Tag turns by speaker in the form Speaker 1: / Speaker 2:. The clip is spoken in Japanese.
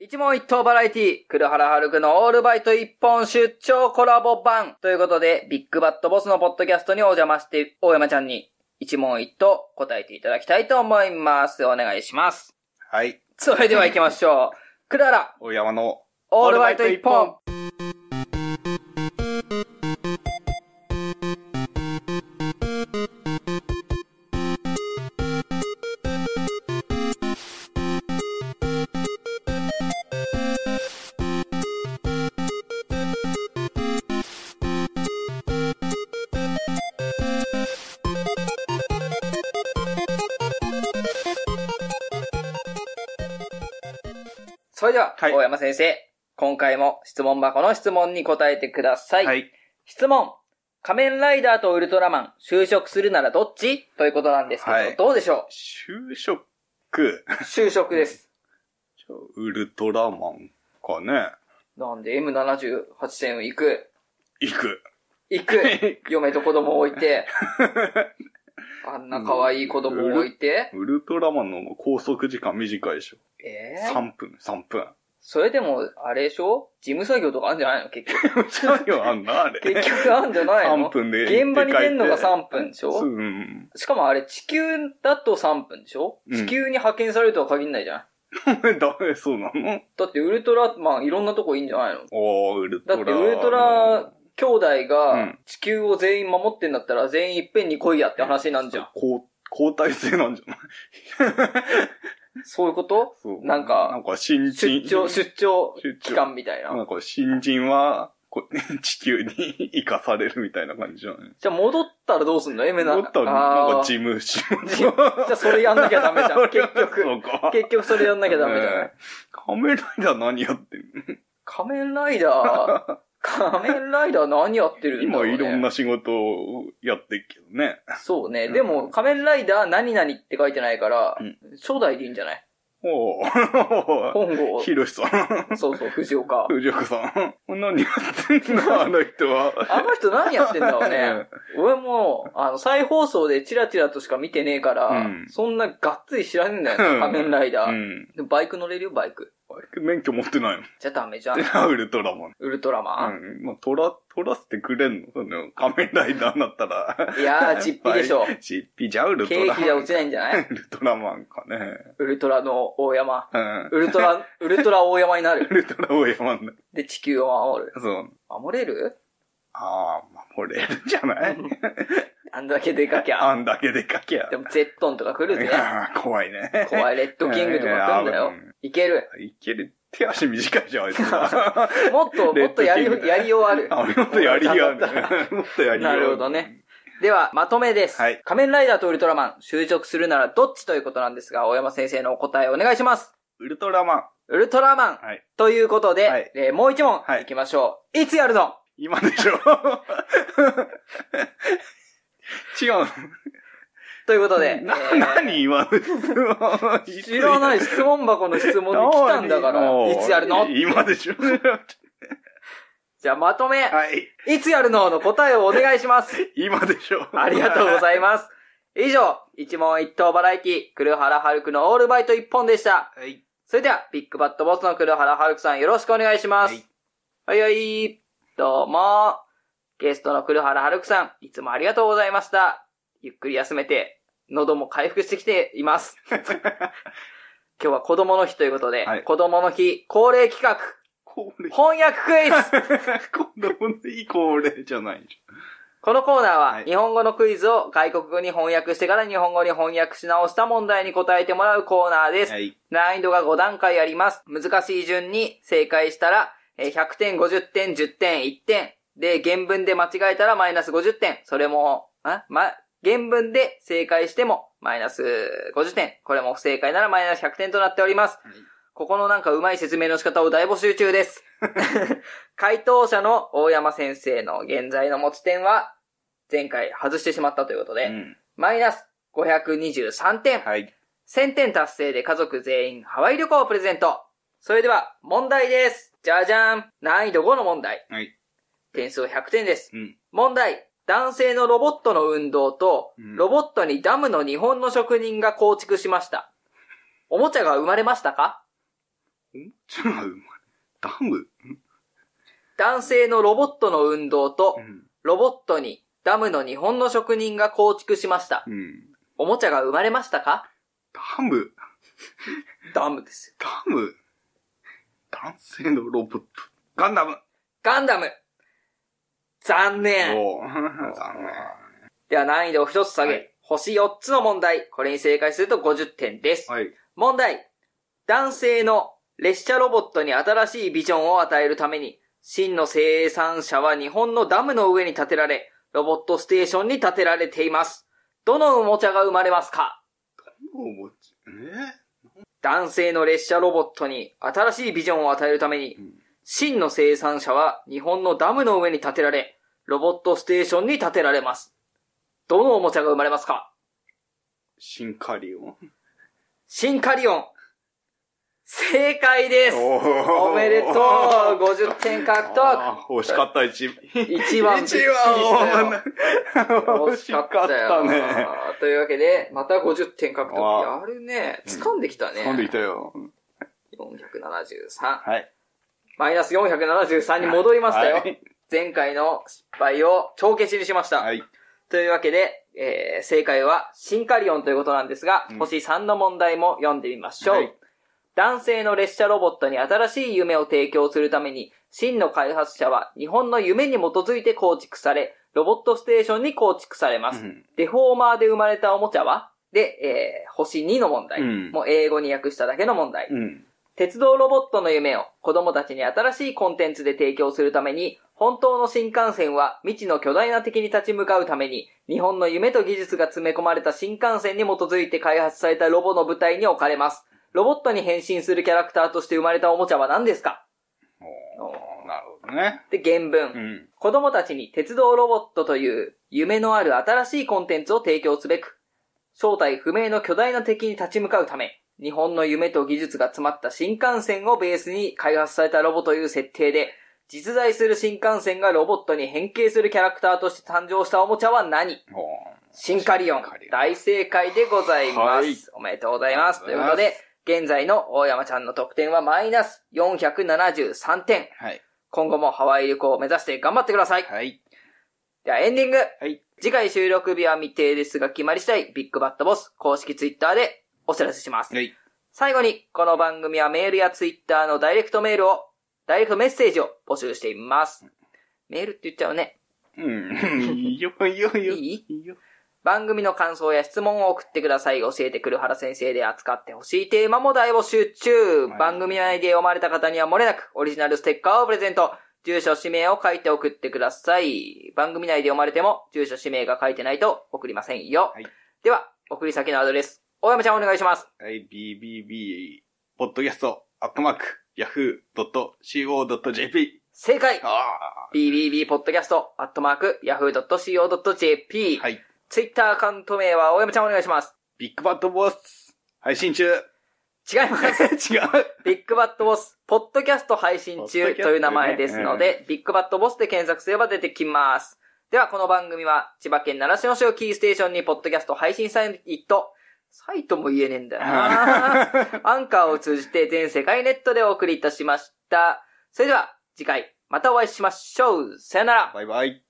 Speaker 1: 一問一答バラエティ黒原遥くのオールバイト一本出張コラボ版ということで、ビッグバットボスのポッドキャストにお邪魔して、大山ちゃんに一問一答答えていただきたいと思います。お願いします。
Speaker 2: はい。
Speaker 1: それでは行きましょう。 黒原、
Speaker 2: 大山の。
Speaker 1: オールバイト一本。それでは、
Speaker 2: はい
Speaker 1: 大山先生、今回も質問箱の質問に答えてください。
Speaker 2: はい。
Speaker 1: 質問。仮面ライダーとウルトラマン、就職するならどっちということなんですけど、
Speaker 2: はい
Speaker 1: どうでしょ
Speaker 2: 就職。
Speaker 1: う就職です。
Speaker 2: ウルトラマンかね。
Speaker 1: なんで M78 戦行く、
Speaker 2: 行く。
Speaker 1: 行 く、嫁と子供を置いて、あんな可愛い子供を置いて、
Speaker 2: ウルトラマンの拘束時間短いでしょ。
Speaker 1: えー、
Speaker 2: 3分、3分。
Speaker 1: それでも、あれでしょ事務作業とかあんじゃないの結 局。
Speaker 2: 何よ、あんな、あれ。
Speaker 1: 結局あんじゃないの
Speaker 2: 3分で
Speaker 1: 現場に出んのが3分でしょ
Speaker 2: うん。
Speaker 1: しかもあれ、地球だと3分でしょ、
Speaker 2: うん
Speaker 1: 地球に派遣されるとは限んないじゃん。
Speaker 2: ダメ、そうなの
Speaker 1: だってウルトラマンいろんなとこいいんじゃないの
Speaker 2: おー、ウルト
Speaker 1: だ
Speaker 2: ラ。
Speaker 1: ってウルトラ兄弟
Speaker 2: う
Speaker 1: が
Speaker 2: ん
Speaker 1: 地球を全員守ってんだったら全員いっぺんに来いやって話になんじゃん。
Speaker 2: こう、交代制なんじゃない
Speaker 1: そういうこと
Speaker 2: そう。
Speaker 1: なんか
Speaker 2: なんか新
Speaker 1: 出
Speaker 2: 人。
Speaker 1: 張、出張
Speaker 2: 出張
Speaker 1: 期間みたい
Speaker 2: な
Speaker 1: な。
Speaker 2: んか新人は、こう地球に 生かされるみたいな感じじゃない
Speaker 1: じゃあ戻ったらどうすんのエメナ。
Speaker 2: 思ったら、
Speaker 1: あー
Speaker 2: なんか事務仕事。
Speaker 1: じじゃあそれやんなきゃダ メじゃん。結
Speaker 2: そ
Speaker 1: 局。
Speaker 2: うか。
Speaker 1: 結局それやんなきゃダメじゃな
Speaker 2: ね
Speaker 1: い。
Speaker 2: え仮面ライダー何やってん
Speaker 1: 仮面ライダ ー、仮面ライダー何やって
Speaker 2: の
Speaker 1: るんだろう、
Speaker 2: 今
Speaker 1: ね、
Speaker 2: いろんな仕事をやってっけどね。
Speaker 1: そうね。
Speaker 2: うん
Speaker 1: でも、仮面ライダー何々って書いてないから、
Speaker 2: うん
Speaker 1: 初代でいいんじゃない
Speaker 2: お お。
Speaker 1: 本郷、
Speaker 2: ひろしさん。
Speaker 1: そうそう、藤岡。
Speaker 2: 藤岡さん。何やって んのあの人は。
Speaker 1: あの人何やってんだろうね。俺も、あの、再放送でチラチラとしか見てねえから、
Speaker 2: うん
Speaker 1: そんながっつり知らねえんだよな、
Speaker 2: うん
Speaker 1: 仮面ライダ
Speaker 2: う
Speaker 1: ー。
Speaker 2: ん。
Speaker 1: でもバイク乗れるよ、バイク。
Speaker 2: 免許持ってない
Speaker 1: じゃダメじゃん。
Speaker 2: の。ウルトラマン。
Speaker 1: ウルトラマン。
Speaker 2: うん。まあ、取ら、取らせてくれんのその、仮面ライダーになったら。
Speaker 1: いやー、実費でしょ。
Speaker 2: ちっぴじゃウルト
Speaker 1: 経
Speaker 2: ラ
Speaker 1: 費じゃ落ちないんじゃない
Speaker 2: ウルトラマンかね。
Speaker 1: ウルトラの大山。
Speaker 2: うん。
Speaker 1: ウルトラ、ウルトラ大山にな
Speaker 2: ウ
Speaker 1: る。
Speaker 2: ルトラ大山だ。
Speaker 1: で、地球を守る。
Speaker 2: そう。
Speaker 1: 守れる
Speaker 2: ああ、守れるんじゃない
Speaker 1: あんだけでかきゃ。
Speaker 2: あんだけでかきゃ。
Speaker 1: でも、ゼットンとか来る
Speaker 2: い
Speaker 1: ぜ。
Speaker 2: やー 怖いね。
Speaker 1: 怖い、レッドキングとか来るんだよ
Speaker 2: いやいや危。
Speaker 1: いける。
Speaker 2: いける。手足短いじゃん、あいつ は。
Speaker 1: もっと、もっとやり
Speaker 2: レッドキン、グ
Speaker 1: やりようある。
Speaker 2: あ、もっとやりようある
Speaker 1: ちゃんとあ った
Speaker 2: もっとやりようあ
Speaker 1: なるほどね。では、まとめです。
Speaker 2: はい
Speaker 1: 仮面ライダーとウルトラマン、就職するならどっちということなんですが、大山先生のお答えお願いします。
Speaker 2: ウルトラマン。
Speaker 1: ウルトラマン、
Speaker 2: はい。
Speaker 1: ということで、
Speaker 2: はい
Speaker 1: えーもう一問、
Speaker 2: はい
Speaker 1: い、きましょう。いつやるの
Speaker 2: 今でしょ。 違うの。
Speaker 1: ということで、
Speaker 2: な
Speaker 1: えー
Speaker 2: 何今の質問。
Speaker 1: 知らない質問箱の質問に来たんだから、
Speaker 2: 何
Speaker 1: いつやるの
Speaker 2: 今でしょ。
Speaker 1: じゃあまとめ、
Speaker 2: はい。
Speaker 1: い、つやるのの答えをお願いし ます。
Speaker 2: 今でしょ。
Speaker 1: ありがとうございます。以上、一問一答バラエティ、黒原春樹のオールバイト一本でした。
Speaker 2: はい。
Speaker 1: それでは、ビッグバットボスの黒原春樹さんよろしくお願いします。はいはい。どうも。ゲストの黒原春樹さん、いつもありがとうございました。ゆっくり休めて、喉も回復してきています。今日は子供の日ということで、
Speaker 2: はい
Speaker 1: 子供の日恒例企画、
Speaker 2: これ、
Speaker 1: 翻訳クイズ
Speaker 2: こんなもんいい恒例じゃないじ
Speaker 1: このコーナー
Speaker 2: は
Speaker 1: はい日本語のクイズを外国語に翻訳してから日本語に翻訳し直した問題に答えてもらうコーナーで
Speaker 2: ゃ
Speaker 1: す
Speaker 2: ん。。い。
Speaker 1: 難易度が5段階あります。難しい順に正解したら、えー100点、50点、10点、1点。で、原文で間違えたらマイナス50点。それも、あま、原文で正解してもマイナス50点。これも不正解ならマイナス100点となっております。ここのなんかうまい説明の仕方を大募集中です。回答者の大山先生の現在の持ち点は、前回外してしまったということで、
Speaker 2: うん
Speaker 1: マイナス523点。
Speaker 2: はい。
Speaker 1: 1000点達成で家族全員ハワイ旅行をプレゼント。それでは、問題です。じゃじゃーん。難易度5の問題。
Speaker 2: はい。
Speaker 1: 点数は100点です。
Speaker 2: うん。
Speaker 1: 問題。男性のロボットの運動と、
Speaker 2: うん
Speaker 1: ロボットにダムの日本の職人が構築しました。おもちゃが生まれましたか
Speaker 2: ちゅうのは生まれ。ダム
Speaker 1: 男性のロボットの運動と
Speaker 2: う、ん。
Speaker 1: ロボットにダムの日本の職人が構築しました。
Speaker 2: うん。
Speaker 1: おもちゃが生まれましたか
Speaker 2: ダム
Speaker 1: ダムですよ。
Speaker 2: ダム男性のロボット。ガンダム
Speaker 1: ガンダム残念
Speaker 2: おぉ。残念。
Speaker 1: では難易度を一つ下げ、
Speaker 2: はい
Speaker 1: 星4つの問題。これに正解すると50点です。
Speaker 2: はい。
Speaker 1: 問題。男性の列車ロボットに新しいビジョンを与えるために、真の生産者は日本のダムの上に建てられ、ロボットステーションに建てられています。どのおもちゃが生まれますか
Speaker 2: おもち、え
Speaker 1: 男性の列車ロボットに新しいビジョンを与えるために、真の生産者は日本のダムの上に建てられ、ロボットステーションに建てられます。どのおもちゃが生まれますか
Speaker 2: シンカリオン
Speaker 1: シンカリオン。正解です。
Speaker 2: お
Speaker 1: おめでとう。50点獲 得。
Speaker 2: あー惜しかった、一
Speaker 1: 一番びっくりしたよ
Speaker 2: 惜
Speaker 1: 惜
Speaker 2: し
Speaker 1: し
Speaker 2: か
Speaker 1: か
Speaker 2: っ
Speaker 1: った
Speaker 2: た
Speaker 1: よ。
Speaker 2: ね。
Speaker 1: というわけで、また50点獲得。
Speaker 2: わ
Speaker 1: やるね。掴んできたね。
Speaker 2: 飛んできたよ。
Speaker 1: 473。
Speaker 2: はい。
Speaker 1: マイナス473に戻りましたよ。
Speaker 2: はい
Speaker 1: 前回の失敗を帳消しにしました。
Speaker 2: はい。
Speaker 1: というわけで、えー正解はシンカリオンということなんですが、
Speaker 2: うん
Speaker 1: 星3の問題も読んでみましょう。
Speaker 2: はい
Speaker 1: 男性の列車ロボットに新しい夢を提供するために、真の開発者は日本の夢に基づいて構築され、ロボットステーションに構築されます。
Speaker 2: うん
Speaker 1: デフォーマーで生まれたおもちゃはで、えー星2の問題。
Speaker 2: うん
Speaker 1: もう英語に訳しただけの問題。
Speaker 2: うん。
Speaker 1: 鉄道ロボットの夢を子供たちに新しいコンテンツで提供するために、本当の新幹線は未知の巨大な敵に立ち向かうために、日本の夢と技術が詰め込まれた新幹線に基づいて開発されたロボの舞台に置かれます。ロボットに変身するキャラクターとして生まれたおもちゃは何ですか
Speaker 2: おーなるほどね。
Speaker 1: で、原文。
Speaker 2: うん。
Speaker 1: 子供たちに鉄道ロボットという夢のある新しいコンテンツを提供すべく、正体不明の巨大な敵に立ち向かうため、日本の夢と技術が詰まった新幹線をベースに開発されたロボという設定で、実在する新幹線がロボットに変形するキャラクターとして誕生したおもちゃは何
Speaker 2: お
Speaker 1: シンカリオン
Speaker 2: シンカリオン。
Speaker 1: 大正解でございます。
Speaker 2: はい
Speaker 1: おめでとうございます。
Speaker 2: あ
Speaker 1: とい
Speaker 2: り
Speaker 1: う
Speaker 2: が
Speaker 1: こと
Speaker 2: うございま
Speaker 1: で、現在の大山ちゃんの得点はマイナス473点。
Speaker 2: ーはい。
Speaker 1: 今後もハワイ旅行を目指して頑張ってください。
Speaker 2: はい。
Speaker 1: ではエンディング。
Speaker 2: はい。
Speaker 1: 次回収録日は未定ですが決まり次第、ビッグバットボス公式ツイッターでお知らせします。
Speaker 2: はい。
Speaker 1: 最後に、この番組はメールやツイッターのダイレクトメールを、ダイレクトメッセージを募集しています。メールって言っちゃうね。
Speaker 2: うん。いいよ、いいよ、いいよ。
Speaker 1: いい
Speaker 2: いいよ。
Speaker 1: 番組の感想や質問を送ってください。教えてくる原先生で扱ってほしいテーマも大募集中。
Speaker 2: はい
Speaker 1: 番組内で読まれた方には漏れなくオリジナルステッカーをプレゼント。住所、氏名を書いて送ってください。番組内で読まれても、住所、氏名が書いてないと送りませんよ。
Speaker 2: はい
Speaker 1: では、送り先のアドレス、大山ちゃんお願いします。
Speaker 2: はい、BBB、ポッドキャスト、アットマーク、yahoo.co.jp。
Speaker 1: 正解
Speaker 2: あ
Speaker 1: !bbbpodcast.yahoo.co.jp
Speaker 2: あ。はい。
Speaker 1: ツイッターアカウント名は大山ちゃんお願いします。
Speaker 2: ビッグバッドボス、配信 中。違う。
Speaker 1: 違います。 ビッグバットボス、ポッドキャスト配信中という名前ですので、ビッグバットボスで検索すれば出てきます。では、この番組は、千葉県習志野市をキーステーションに、ポッドキャスト配信サイト、サイトも言えねえんだよ なアンカーを通じて全世界ネットでお送りいたしました。それでは、次回、またお会いしましょう。さよなら。
Speaker 2: バイバイ。